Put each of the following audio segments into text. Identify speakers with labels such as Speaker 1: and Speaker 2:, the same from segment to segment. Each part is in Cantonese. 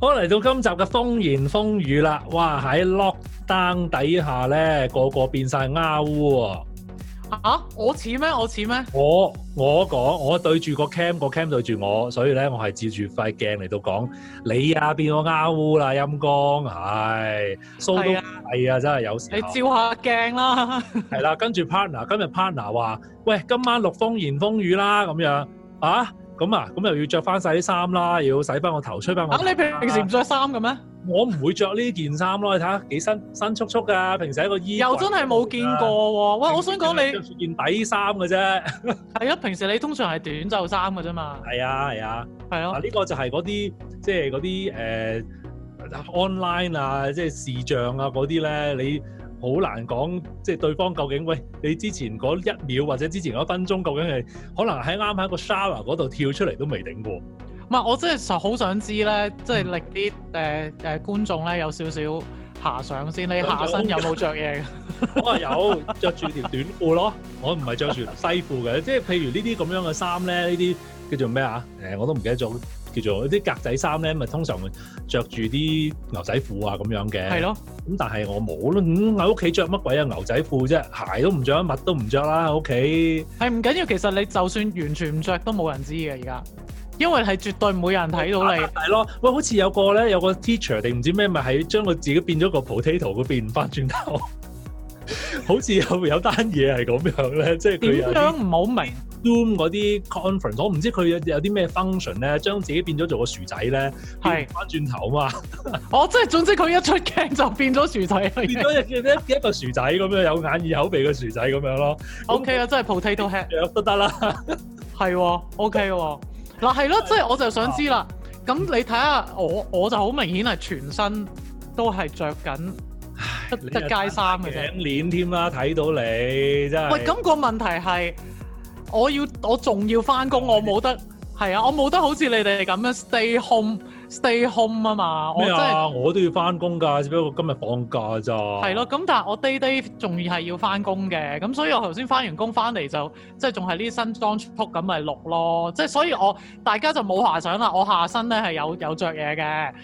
Speaker 1: 好嚟到今集嘅風言風語啦，哇喺 lockdown 底下咧，個個變晒鴉烏喎。
Speaker 2: 啊！我似咩？我似咩？
Speaker 1: 我我講，我對住個 cam，個 cam 對住我，所以咧我係照住塊鏡嚟到講你啊，變我鴉烏啦，陰公，唉，蘇都
Speaker 2: 係啊
Speaker 1: 係啊，真係有時
Speaker 2: 你
Speaker 1: 候
Speaker 2: 照下鏡啦。
Speaker 1: 係啦。跟住 partner 今日 partner 話：喂，今晚錄風言風語啦，咁樣啊，咁啊，咁又要着翻晒啲衫啦，又要洗翻個頭，吹翻我
Speaker 2: 啊！
Speaker 1: 頭
Speaker 2: 你平平時唔着衫
Speaker 1: 啊
Speaker 2: 嘅咩？
Speaker 1: 我唔會着呢件衫咯，你睇下幾新新簇簇噶，平時喺個衣
Speaker 2: 又
Speaker 1: 櫃啊
Speaker 2: 真係冇見過喎。喂，我想講
Speaker 1: 着
Speaker 2: 你
Speaker 1: 住件底衫嘅啫。
Speaker 2: 係啊，平時你通常係短袖衫嘅啫嘛。
Speaker 1: 係啊係啊，
Speaker 2: 係
Speaker 1: 嗱
Speaker 2: 咯，
Speaker 1: 呢個就係嗰啲即係嗰啲誒 online 啊，即係視像啊嗰啲咧，你好難講即係對方究竟喂你之前嗰一秒或者之前嗰一分鐘究竟係可能喺啱喺個 shower 嗰度跳出嚟都未定過。
Speaker 2: 唔係我真係好想知咧，即係令啲誒誒觀眾咧有少少遐想先。你下身有冇 着嘢？
Speaker 1: 我話啊有着住條短褲咯，我唔係着住條西褲嘅，即係譬如呢啲咁樣嘅衫咧，呢啲叫做咩啊？誒、我都唔記得咗，叫做啲格仔衫咧，咪通常着住啲牛仔褲啊咁樣嘅。
Speaker 2: 係。咯，
Speaker 1: 咁但係我冇啦，咁喺屋企着乜鬼啊牛仔褲啫，鞋都唔着，襪都唔着啦，喺屋企。
Speaker 2: 係唔緊要。其實你就算完全唔着都冇人知嘅而家，因為係絕對唔會有人睇到你。
Speaker 1: 係咯，喂，好似有個咧，有個 teacher 定唔知咩，咪係將佢自己變咗個 potato，佢變唔翻轉頭。 好似有有單嘢係咁樣咧，即係佢有
Speaker 2: 點
Speaker 1: 啲
Speaker 2: 樣啊唔好明？
Speaker 1: Zoom 嗰啲 conference，我唔知佢有有啲咩 function 咧，將自己變咗做個薯仔咧，
Speaker 2: 係
Speaker 1: 變翻轉頭啊嘛，
Speaker 2: 我哦真係總之佢一出鏡就變咗薯仔啦已經
Speaker 1: 變。咗一一一個薯仔咁樣，有眼耳口鼻嘅薯仔咁樣咯，
Speaker 2: O K 啊，真係 potato head，
Speaker 1: 着都得啦。
Speaker 2: 係喎，O K 喎。嗱係
Speaker 1: 啊
Speaker 2: 咯，即係我就想知啦。咁你睇下我，我就好明顯係全身都係着緊得
Speaker 1: 你
Speaker 2: 得
Speaker 1: 又
Speaker 2: 街衫嘅啫
Speaker 1: 頸。鏈添啦，睇到你真係。
Speaker 2: 喂，咁個問題係，我要我仲要翻工，我冇得係啊，我冇得好似你哋咁樣 stay home，stay home 啊嘛。我
Speaker 1: 咩
Speaker 2: 真係
Speaker 1: 啊？我都要翻工㗎，只不過今日放假咋。
Speaker 2: 係
Speaker 1: 係
Speaker 2: 咯，，咁但係我 day day 仲係要翻工嘅，咁所以我頭先翻完工翻嚟就即係仲係呢身裝束咁咪錄咯，即係所以我大家就冇遐想啦，我下身咧係有有著嘢嘅，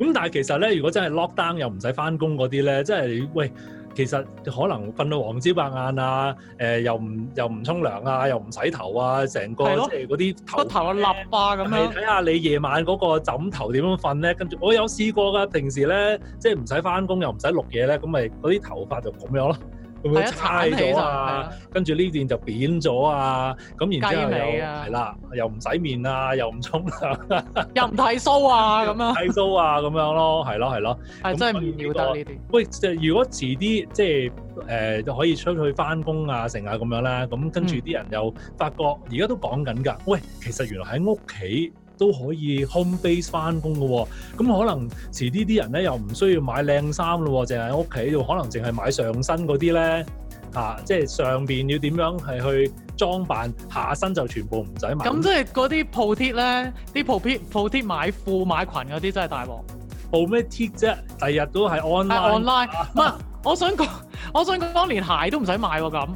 Speaker 1: 咁但係其實咧，如果真係 lock down 又唔使翻工嗰啲咧，即係喂，其實可能瞓到黃朝白晏啊，誒、又唔又唔沖涼啊，又唔洗頭啊，成個
Speaker 2: 係
Speaker 1: 即
Speaker 2: 咯
Speaker 1: 係嗰啲
Speaker 2: 個頭啊立啊咁
Speaker 1: 你
Speaker 2: 樣，
Speaker 1: 睇下你夜晚嗰個枕頭點樣瞓咧，跟住我有試過噶，平時咧即係唔使翻工又唔使錄嘢咧，咁咪嗰啲頭髮就咁 樣咯，咁
Speaker 2: 係
Speaker 1: 樣
Speaker 2: 一
Speaker 1: 差
Speaker 2: 鏟起
Speaker 1: 咗
Speaker 2: 就
Speaker 1: 啊，
Speaker 2: 係
Speaker 1: 跟住呢邊就扁咗啊，咁然之後
Speaker 2: 雞
Speaker 1: 又
Speaker 2: 尾啊
Speaker 1: 係啦，又唔洗面啊，又唔沖涼、
Speaker 2: 又唔剃須啊咁樣，
Speaker 1: 剃鬚啊咁樣咯，係咯係咯。
Speaker 2: 係真係唔要
Speaker 1: 啊
Speaker 2: 得呢啲。
Speaker 1: 喂，即係如果遲啲即係誒就可以出去翻工啊，成啊咁樣啦，咁跟住啲人又發覺而家都講緊㗎，喂，其實原來喺屋企。都可以 home base 翻工嘅喎，咁可能遲啲啲人咧又唔需要買靚衫咯喎，淨係喺屋企度，可能淨係買上身嗰啲咧，啊，即係上邊要點樣係去裝扮，下身就全部唔使買。
Speaker 2: 咁即係嗰啲鋪貼咧，啲鋪貼鋪貼買褲買裙嗰啲真係大鑊，
Speaker 1: 報咩 t 啫？第日都係
Speaker 2: 係
Speaker 1: online。
Speaker 2: online。唔係，我想講，我想講連鞋都唔使買喎咁。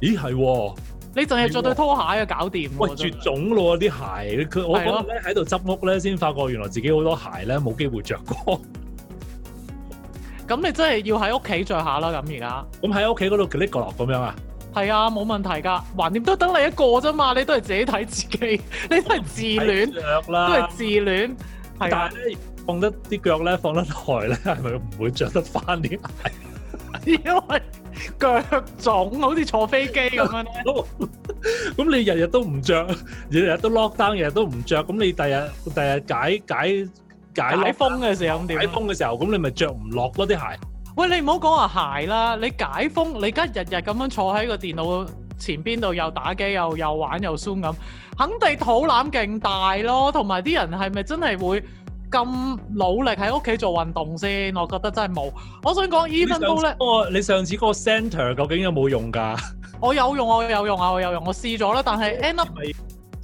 Speaker 1: 咦係喎。
Speaker 2: 你淨係着對拖鞋就搞掂喎
Speaker 1: 喂，
Speaker 2: 真
Speaker 1: 絕
Speaker 2: 係
Speaker 1: 種咯喎啲鞋，佢我
Speaker 2: 係咯
Speaker 1: 嗰日咧喺度執屋咧，先發覺原來自己好多鞋咧冇機會着過。
Speaker 2: 咁你真係要喺屋企着下啦，咁而家
Speaker 1: 咁喺屋企嗰度 click 落咁樣啊，
Speaker 2: 係啊，冇問題㗎，橫掂都等你一個啫嘛，你都係自己睇自己， 你都係自戀，
Speaker 1: 着
Speaker 2: 都係
Speaker 1: 啦。
Speaker 2: 自戀，
Speaker 1: 但
Speaker 2: 係啊，
Speaker 1: 係咧，放得啲腳咧，放得耐咧，係咪唔會着得翻啲鞋？
Speaker 2: 因為腳腫，好似坐飛機咁 樣咧，
Speaker 1: 咁你日日都唔着，日日都 lock down，日日都唔着，咁你第日第日解解解
Speaker 2: 解
Speaker 1: lock-
Speaker 2: 封嘅時候咁
Speaker 1: 解
Speaker 2: 點啊？
Speaker 1: 封嘅時候，咁你咪着唔落咯啲鞋。
Speaker 2: 喂，你唔好講話鞋啦，你解封，你而家日日咁樣坐喺個電腦前邊度又打機又又玩又 zoom 咁，肯定肚腩勁大咯，同埋啲人係咪真係會咁努力喺屋企做運動先？我覺得真係冇。我想講
Speaker 1: 你
Speaker 2: even
Speaker 1: 上次
Speaker 2: though 咧，
Speaker 1: 嗰個你上次嗰個 centre 究竟有冇用㗎？
Speaker 2: 我有用，我有用啊，我有用，我試咗啦，但係 end up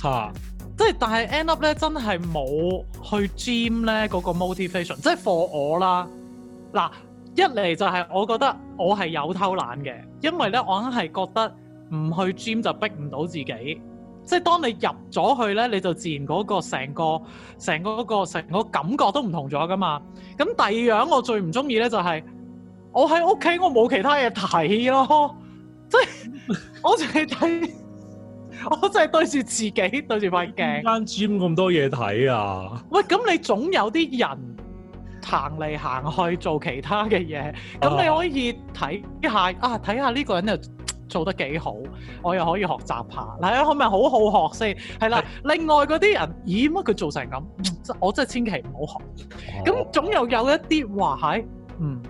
Speaker 1: 嚇！
Speaker 2: 即係但係 end up 咧，真係冇去 gym 咧嗰個 motivation，即係 for 我啦。嗱，一嚟就係我覺得我係有偷懶嘅，因為咧我硬係覺得唔去 gym 就逼唔到自己，即係當你入咗去咧，你就自然嗰個成個成個嗰個成個感覺都唔同咗噶嘛。咁第二樣我最唔中意咧就係、我喺屋企我冇其他嘢睇咯， 即係我淨係睇，我淨係對住自己對住塊鏡。
Speaker 1: 間 gym 咁多嘢睇啊！
Speaker 2: 喂，咁你總有啲人行嚟行去做其他嘅嘢，咁
Speaker 1: 啊
Speaker 2: 你可以睇下啊，睇下呢個人又做得幾好，我又可以學習下。嗱，係咪好好學先？係啦，另外嗰啲人，咦乜佢做成咁，嗯真我真係千祈唔好學。咁
Speaker 1: 哦
Speaker 2: 總又有一啲話係，嗯，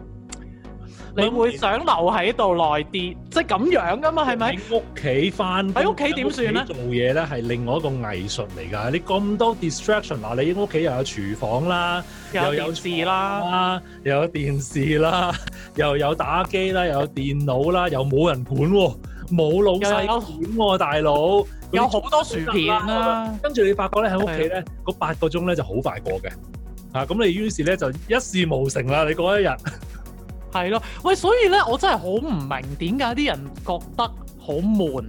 Speaker 2: 你會想留喺度耐啲，即係咁樣噶嘛，係咪？
Speaker 1: 喺屋企翻
Speaker 2: 喺屋企點算咧
Speaker 1: 做嘢咧係另外一個藝術嚟㗎。你咁多 distraction 嗱，你屋企又有廚房啦，又有
Speaker 2: 有電視啦，
Speaker 1: 啦，又有電視啦， 又有打機啦，又有電腦啦，又冇人管喎，冇老細
Speaker 2: 又有
Speaker 1: 管喎，大佬。
Speaker 2: 有好多薯片啦，
Speaker 1: 跟住你發覺咧喺屋企咧，嗰八個鐘咧就好快過嘅。啊，咁你於是咧就一事無成啦！你嗰一日，
Speaker 2: 係咯，喂，所以咧，我真係好唔明點解啲人覺得好悶。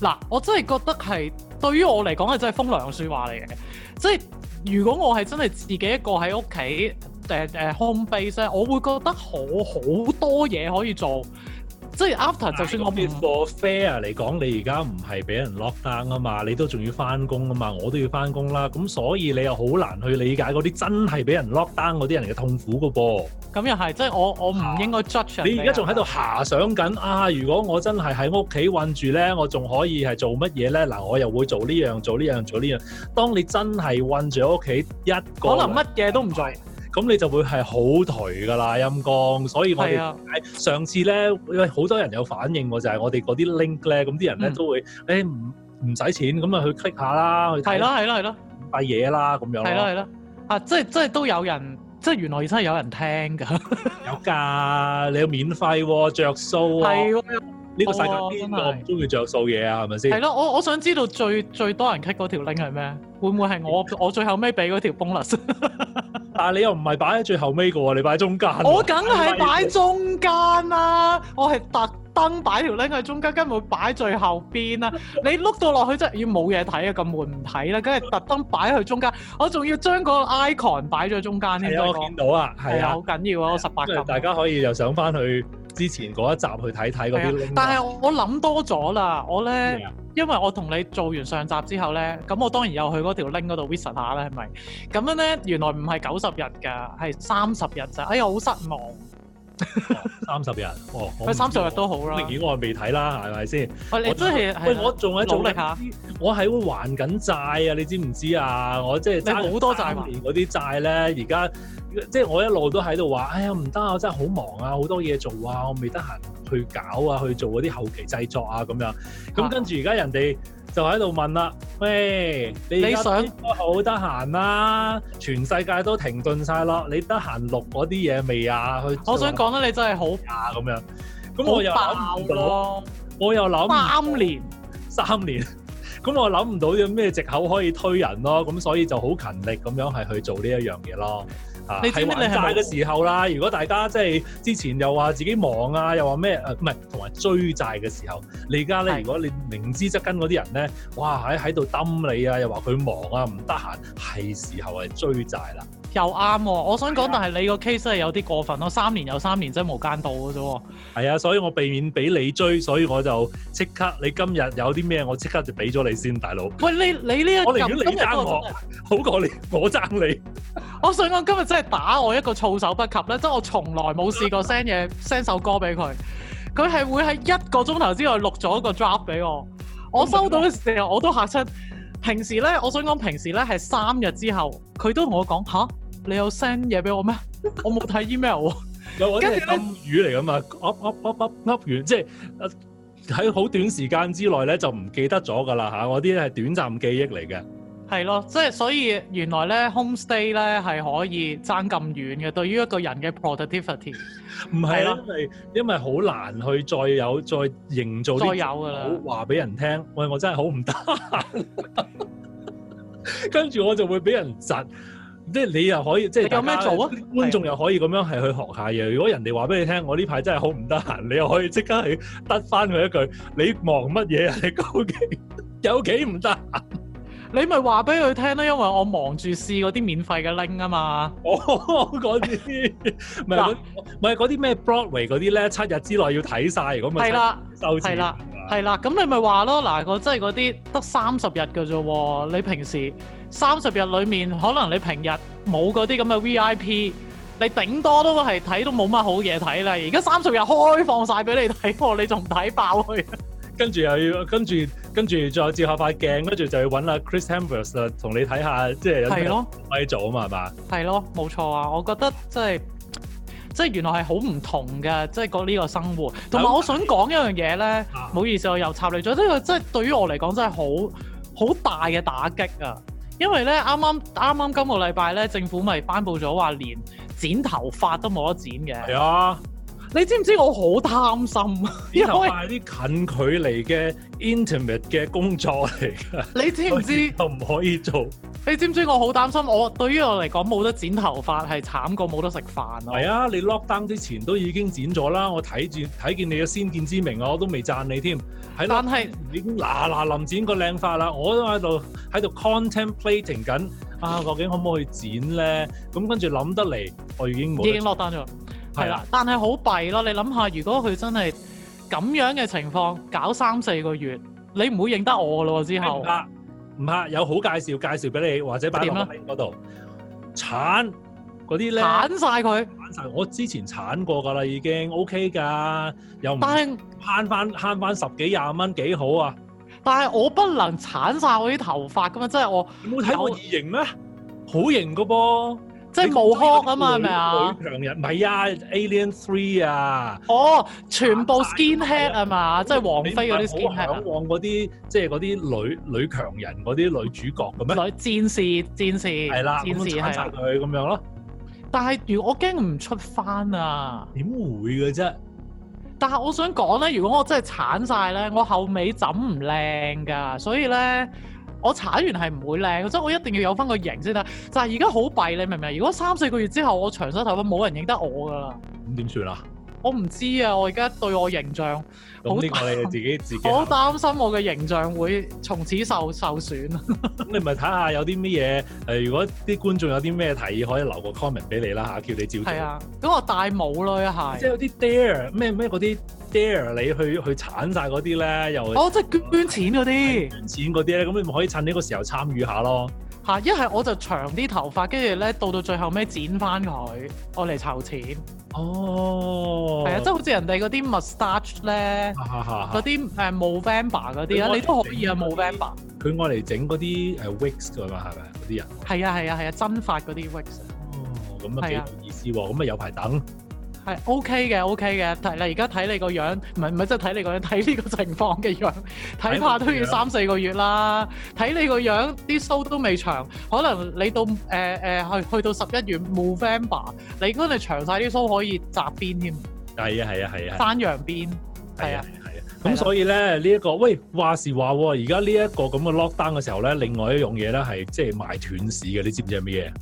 Speaker 2: 嗱，我真係覺得係對於我嚟講係真係風涼説話嚟嘅。即係如果我係真係自己一個喺屋企誒誒 home base 咧，我會覺得好好多嘢可以做。即係 after 就算我
Speaker 1: 啊咁你
Speaker 2: 唔
Speaker 1: for fair 嚟講，你而家唔係俾人 lock down 啊嘛，你都仲要翻工啊嘛，我都要翻工啦。咁所以你又好難去理解嗰啲真係俾人 lock down 嗰啲人嘅痛苦噶噃。
Speaker 2: 咁又係，即係我我唔應該 judge 人哋啊
Speaker 1: 你而家仲喺度遐想緊啊！如果我真係喺屋企困住咧，我仲可以係做乜嘢咧？嗱，我又會做呢樣做呢樣做呢樣。當你真係困住喺屋企一個，
Speaker 2: 可能乜嘢都唔做，
Speaker 1: 咁你就會係好頹㗎啦，陰公。所以我
Speaker 2: 係
Speaker 1: 哋
Speaker 2: 啊，
Speaker 1: 上次咧，喂好多人有反應喎，就係、我哋嗰啲 link 咧，咁啲人咧
Speaker 2: 嗯
Speaker 1: 都會誒唔唔使錢，咁啊去 click 下啦，去睇
Speaker 2: 係啦係啦係啦。
Speaker 1: 下嘢啦，咁樣
Speaker 2: 係咯
Speaker 1: 咯。
Speaker 2: 係咯，啊即係即係都有人，即係原來真係有人聽㗎，
Speaker 1: 有㗎，你要免費喎，着數喎。
Speaker 2: 係喎
Speaker 1: 呢個世界
Speaker 2: 好喎
Speaker 1: 邊個
Speaker 2: 真
Speaker 1: 唔
Speaker 2: 係
Speaker 1: 中意着數嘢啊？係咪先
Speaker 2: 係？咯，我我想知道最最多人 click 嗰條 link 係咩？會唔會係我我最後尾俾嗰條 bonus？
Speaker 1: 但係你又唔係擺喺最後尾嘅喎，你擺喺中間喎。
Speaker 2: 我梗係擺中間啦、我係特登擺條 link 喺中間，根本擺最後邊啦、你碌到落去真係要冇嘢睇啊，咁悶唔睇啦，梗係特登擺去中間，我仲要將個 icon 擺咗中間添，
Speaker 1: 係啊，我見到啊，係
Speaker 2: 係
Speaker 1: 啊
Speaker 2: 啊，好，緊要啊，我十八
Speaker 1: 因為
Speaker 2: 禁。
Speaker 1: 大家可以又上翻去之前嗰一集去睇睇嗰啲
Speaker 2: 係
Speaker 1: link
Speaker 2: 啊
Speaker 1: 啊。，
Speaker 2: 但係我諗多咗啦，我咧
Speaker 1: 咩。啊
Speaker 2: 因為我同你做完上集之後咧，咁我當然又去嗰條 link 嗰度 visit 下啦，係咪？咁樣咧，原來唔係九十日㗎，係三十日咋。哎呀，好失望。
Speaker 1: 三十日，哦，我唔
Speaker 2: 喂，三十日
Speaker 1: 知喎
Speaker 2: 都好啦
Speaker 1: 明。顯我係未睇啦，係咪先？
Speaker 2: 喂，你真係啊
Speaker 1: 喂，
Speaker 2: 係
Speaker 1: 我仲喺做
Speaker 2: 努力下，
Speaker 1: 我係會還緊債啊！你知唔知啊？我即係爭
Speaker 2: 你好多債還
Speaker 1: 三年嗰啲債咧，而家即係我一路都喺度話，哎呀唔得啊！我真係好忙啊，好多嘢做啊，我未得閒去搞啊，去做嗰啲後期製作啊咁樣。咁
Speaker 2: 啊
Speaker 1: 跟住而家人哋就喺度問啦，喂，你而
Speaker 2: 你
Speaker 1: 家
Speaker 2: 想
Speaker 1: 應該好得閒啦，全世界都停頓晒咯，你得閒錄嗰啲嘢未啊？去
Speaker 2: 我想講咧，你真係好
Speaker 1: 啊咁樣。咁我又
Speaker 2: 好
Speaker 1: 諗唔
Speaker 2: 爆啊
Speaker 1: 到，
Speaker 2: 咯，
Speaker 1: 我又諗唔到
Speaker 2: 三年
Speaker 1: 三年， 咁我諗唔到有咩藉口可以推人咯，咁所以就好勤力咁樣係去做呢一樣嘢咯。啊，
Speaker 2: 你知唔知你係
Speaker 1: 係
Speaker 2: 咪
Speaker 1: 玩債嘅時候啦？如果大家即係之前又話自己忙啊，又話咩誒，唔係同埋追債嘅時候，你而家咧，
Speaker 2: 係
Speaker 1: 如果你明知則跟嗰啲人咧，哇喺喺度揼你啊，又話佢忙啊，唔得閒，係時候係追債啦。
Speaker 2: 又啱喎。我想
Speaker 1: 係啊
Speaker 2: 講，但係你個 case 真係有啲過分咯，三年有三年真係無間道嘅啫喎。
Speaker 1: 係啊，所以我避免俾你追，所以我就即刻你今日有啲咩，我即刻就俾咗你先，大佬，
Speaker 2: 喂，你你呢一
Speaker 1: 我寧願你
Speaker 2: 撳今日
Speaker 1: 爭
Speaker 2: 嗰
Speaker 1: 我
Speaker 2: 個真係
Speaker 1: 好過你我爭你。
Speaker 2: 我想講今日真係打我一個措手不及咧，即係我從來冇試過 send 嘢 send 首歌俾佢，佢係會喺一個鐘頭之內錄咗個 drop 俾我，我收到嘅時候我都嚇親。平時咧，我想講平時咧係三日之後，佢都同我講吓，你有 send 嘢俾 我咩？我冇睇 email 喎。
Speaker 1: 有嗰啲
Speaker 2: 跟
Speaker 1: 係
Speaker 2: 住呢
Speaker 1: 金魚嚟噶嘛，噏噏噏噏噏完，即係呃喺好短時間之內咧就唔記得咗噶啦嚇，我啲係短暫記憶嚟嘅。
Speaker 2: 係咯，即係所以原來咧 homestay 咧係可以爭咁遠嘅，對於一個人嘅 productivity
Speaker 1: 唔係
Speaker 2: 係
Speaker 1: 啦
Speaker 2: 啦，
Speaker 1: 因為因為好難去再有再營造
Speaker 2: 再
Speaker 1: 啲
Speaker 2: 有㗎啦。
Speaker 1: 好話俾人聽，喂，我真係好唔得閒， 跟住我就會俾人窒。即係你又可以，即係
Speaker 2: 你有咩
Speaker 1: 大家
Speaker 2: 做啊
Speaker 1: 啲觀眾又可以咁樣係去學下嘢。如果人哋話俾你聽，我呢排真係 好唔得閒，你又可以即刻去得翻佢一句：你忙乜嘢啊？你究竟 有幾唔得？
Speaker 2: 你咪話俾佢聽咯，因為我忙住試嗰啲免費嘅 link 啊嘛。
Speaker 1: 我嗰啲唔係嗰
Speaker 2: 嗱
Speaker 1: 唔係嗰啲咩 Broadway 嗰啲咧，七日之內要睇晒，咁咪
Speaker 2: 係啦，
Speaker 1: 收錢
Speaker 2: 係啦，係啦，咁你啊咪話咯，嗱，我真係嗰啲得三十日嘅啫喎，你平時三十日裏面，可能你平日冇嗰啲咁嘅 VIP，你頂多都係睇都冇乜好嘢睇啦。而家三十日開放晒俾你睇喎，你仲唔睇爆佢？
Speaker 1: 跟住又要跟住跟住再照下塊鏡，跟住就要揾阿 Chris Hemsworth 啦同你睇下，即係有
Speaker 2: 係
Speaker 1: 啲
Speaker 2: 咯。
Speaker 1: 威做啊嘛，係嘛？
Speaker 2: 係咯，冇錯啊！我覺得即係即係原來係好唔同嘅，即係個呢個生活。同埋我想講一樣嘢咧，
Speaker 1: 啊
Speaker 2: 唔好意思，我又插你咗。呢個即係對於我嚟講真係好好大嘅打擊啊！因為咧，啱啱啱啱今個禮拜咧，政府咪頒布咗話連剪頭髮都冇得剪嘅。
Speaker 1: 係啊。
Speaker 2: 你知唔知我好貪 心？因
Speaker 1: 呢頭
Speaker 2: 為
Speaker 1: 係啲近距離嘅 intimate 嘅工作嚟㗎，
Speaker 2: 你知唔知？
Speaker 1: 又唔可以做。
Speaker 2: 你知唔知我好擔心？我對於我嚟講冇得剪頭髮係慘過冇得食飯咯。
Speaker 1: 係啊，你 lock down 之前都已經剪咗啦，我睇住睇見你嘅先見之明啊，我都未讚你添。喺
Speaker 2: 但
Speaker 1: lockdown
Speaker 2: 係
Speaker 1: 已經嗱嗱臨剪個靚髮啦，我都喺度喺度 contemplating 緊啊，究竟可唔可以剪咧？咁跟住諗得嚟，我已經冇
Speaker 2: 已
Speaker 1: 得
Speaker 2: 經落單咗。係
Speaker 1: 係
Speaker 2: 啦
Speaker 1: 啦，，
Speaker 2: 但係好弊咯。你諗下，如果佢真係咁樣嘅情況，搞三四個月，你唔會認得我噶咯喎之
Speaker 1: 唔
Speaker 2: 後。
Speaker 1: 怕唔怕，有好介紹介紹俾你，或者擺
Speaker 2: 啊
Speaker 1: 落個 link 嗰度鏟嗰啲咧。
Speaker 2: 鏟晒佢，
Speaker 1: 鏟晒我之前鏟過㗎啦，已經 OK 㗎，又唔
Speaker 2: 但係
Speaker 1: 慳翻慳翻十幾廿蚊幾好啊！
Speaker 2: 但係我不能鏟晒我啲頭髮噶嘛，即係我
Speaker 1: 你冇睇過
Speaker 2: 有
Speaker 1: 異形咩？好型㗎噃，
Speaker 2: 即係
Speaker 1: 無
Speaker 2: 無殼啊嘛，係咪啊？
Speaker 1: 女強人唔係啊，Alien Three 啊，
Speaker 2: 哦，全部
Speaker 1: 鏟晒佢
Speaker 2: skin head 係嘛，啊即係王菲嗰啲
Speaker 1: 你唔
Speaker 2: skin
Speaker 1: 係好
Speaker 2: head 啊
Speaker 1: 向往嗰啲即係嗰啲女女強人嗰啲女主角嘅咩？
Speaker 2: 女戰士戰士
Speaker 1: 啊係啦，咁
Speaker 2: 戰士
Speaker 1: 鏟晒
Speaker 2: 係，啊
Speaker 1: 佢咁樣咯，
Speaker 2: 但係如我驚唔出翻啊！
Speaker 1: 點會嘅啫？
Speaker 2: 但係我想講咧，如果我真係鏟晒咧，我後尾枕唔靚㗎，所以咧我鏟完係唔會靚，即係我一定要有翻個型先得。就係而家好弊，你明唔明？如果三四個月之後我長咗頭髮，冇人認得我㗎啦。
Speaker 1: 咁點算啊？
Speaker 2: 我唔知啊，我而家對我形象，
Speaker 1: 咁呢個你哋自己自己
Speaker 2: 我好擔心我嘅形象會從此受受損。
Speaker 1: 咁你咪睇下有啲乜嘢誒？如果啲觀眾有啲咩提議，可以留個 comment 俾你啦嚇，叫你照做。
Speaker 2: 係啊，咁我戴帽咯一
Speaker 1: 即係
Speaker 2: 係。
Speaker 1: 有啲 dare 咩咩嗰啲 dare 你去去鏟晒嗰啲咧，又
Speaker 2: 哦我即係捐錢嗰啲。
Speaker 1: 捐錢嗰啲咧，咁你咪可以趁呢個時候參與下咯。
Speaker 2: 嚇！一係我就長啲頭髮，跟住咧到到最後尾剪翻佢，我嚟籌錢。係
Speaker 1: 哦，
Speaker 2: 啊，即係好似人哋嗰啲 mustache 咧，
Speaker 1: 哈哈哈
Speaker 2: 嗰
Speaker 1: 哈
Speaker 2: 啲誒 Movember 啊嗰啲
Speaker 1: 佢
Speaker 2: 啊，
Speaker 1: 愛
Speaker 2: 你都可以啊
Speaker 1: 整嗰啲
Speaker 2: Movember。
Speaker 1: 佢愛嚟整嗰啲誒 wigs 㗎嘛，係咪嗰啲人？
Speaker 2: 係啊係啊係啊，真髮嗰啲 wigs
Speaker 1: 哦，咁啊
Speaker 2: 係啊
Speaker 1: 幾有意思喎！咁啊有排等，
Speaker 2: 係 OK 嘅 OK 嘅，睇你而家睇你個樣，唔係唔係即係睇你個樣，睇呢個情況嘅樣，睇怕都要三四個月啦。睇你個樣，啲須都未長，可能你到誒誒、去去到十一月 Movember，你嗰陣長晒啲須可以紮邊添，
Speaker 1: 係啊係啊係啊
Speaker 2: 山羊邊。係
Speaker 1: 係啊係
Speaker 2: 啊
Speaker 1: 啊！
Speaker 2: 係啦
Speaker 1: 咁所以咧呢一個喂話時話喎，而家呢一個咁嘅 lockdown 嘅時候咧，另外一樣嘢咧係即係賣斷市嘅，你知唔知係乜嘢？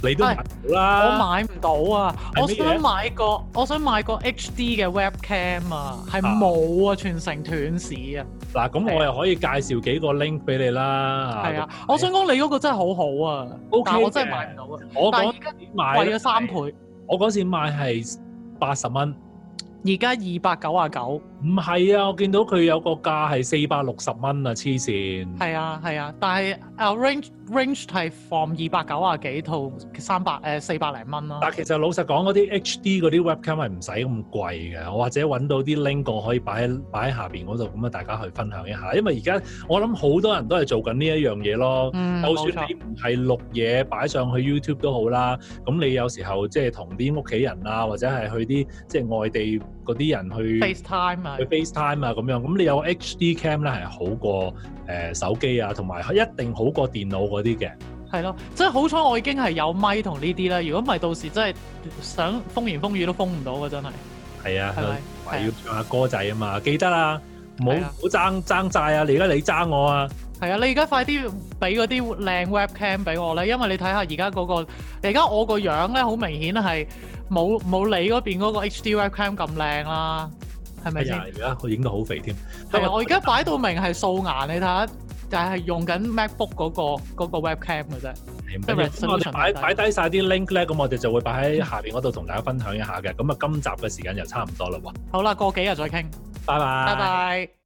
Speaker 1: 你都
Speaker 2: 係
Speaker 1: 買唔到啦。
Speaker 2: 我買唔到啊！
Speaker 1: 啊係
Speaker 2: 我
Speaker 1: 乜嘢
Speaker 2: 想買個，我想買個 HD 嘅 webcam 啊，係冇啊，全城斷市啊！
Speaker 1: 嗱，咁我又可以介紹幾個 link 俾你啦。
Speaker 2: 係啊，我想講你嗰個真係好好啊
Speaker 1: OK
Speaker 2: 但係我真係買唔到啊！
Speaker 1: 我
Speaker 2: 但
Speaker 1: 嗰
Speaker 2: 係而家
Speaker 1: 時買
Speaker 2: 貴咗三倍，，
Speaker 1: 我嗰時買係八十蚊，
Speaker 2: 而家二百九啊九，
Speaker 1: 唔係啊，我見到佢有個價係四百六十蚊啊，黐線。
Speaker 2: 係啊係啊，但係啊 range range 係 from 二百九啊幾套三百誒四百零蚊啦
Speaker 1: 但。其實老實講，嗰啲 HD 嗰啲 webcam 係唔使咁貴嘅，我或者揾到啲 link 我可以擺喺擺喺下邊嗰度，咁啊大家去分享一下。因為而家我諗好多人都係做緊呢一樣嘢咯。
Speaker 2: 嗯，
Speaker 1: 就
Speaker 2: 冇
Speaker 1: 算你
Speaker 2: 錯，
Speaker 1: 唔係錄嘢擺上去 YouTube 都好啦，咁你有時候即係同啲屋企人啊，或者係去啲即係外地嗰啲人去
Speaker 2: FaceTime 啊
Speaker 1: 去，FaceTime 啊咁樣，咁你有 HD cam 咧係好過誒、呃手機啊，同埋一定好過電腦嗰啲嘅。
Speaker 2: 係咯，即係好彩我已經係有咪同呢啲啦。如果唔係到時真係想風言風語都封唔到啊！真係
Speaker 1: 係啊，
Speaker 2: 係咪？
Speaker 1: 同埋要唱下歌仔啊嘛，記得啊，唔好
Speaker 2: 係
Speaker 1: 唔
Speaker 2: 啊
Speaker 1: 好爭爭債啊！你而家你爭我啊，
Speaker 2: 係啊，你而家快啲俾嗰啲靚 webcam 俾我咧，因為你睇下而家嗰個，而家我個樣咧好明顯係冇冇你嗰邊嗰個 HD webcam 咁靚啦，係咪
Speaker 1: 哎
Speaker 2: 先
Speaker 1: 呀？，而家佢影到好肥添。
Speaker 2: 係啊，我而家擺到明係素顏，你睇下就係用緊 MacBook 嗰、個嗰、個 webcam 嘅啫。
Speaker 1: 唔緊要咁我哋擺擺低晒啲 link 咧，咁我哋就會擺喺下邊嗰度同大家分享一下嘅。咁啊，今集嘅時間就差唔多啦喎，
Speaker 2: 好啦，過幾日再傾，
Speaker 1: 拜拜
Speaker 2: 拜拜。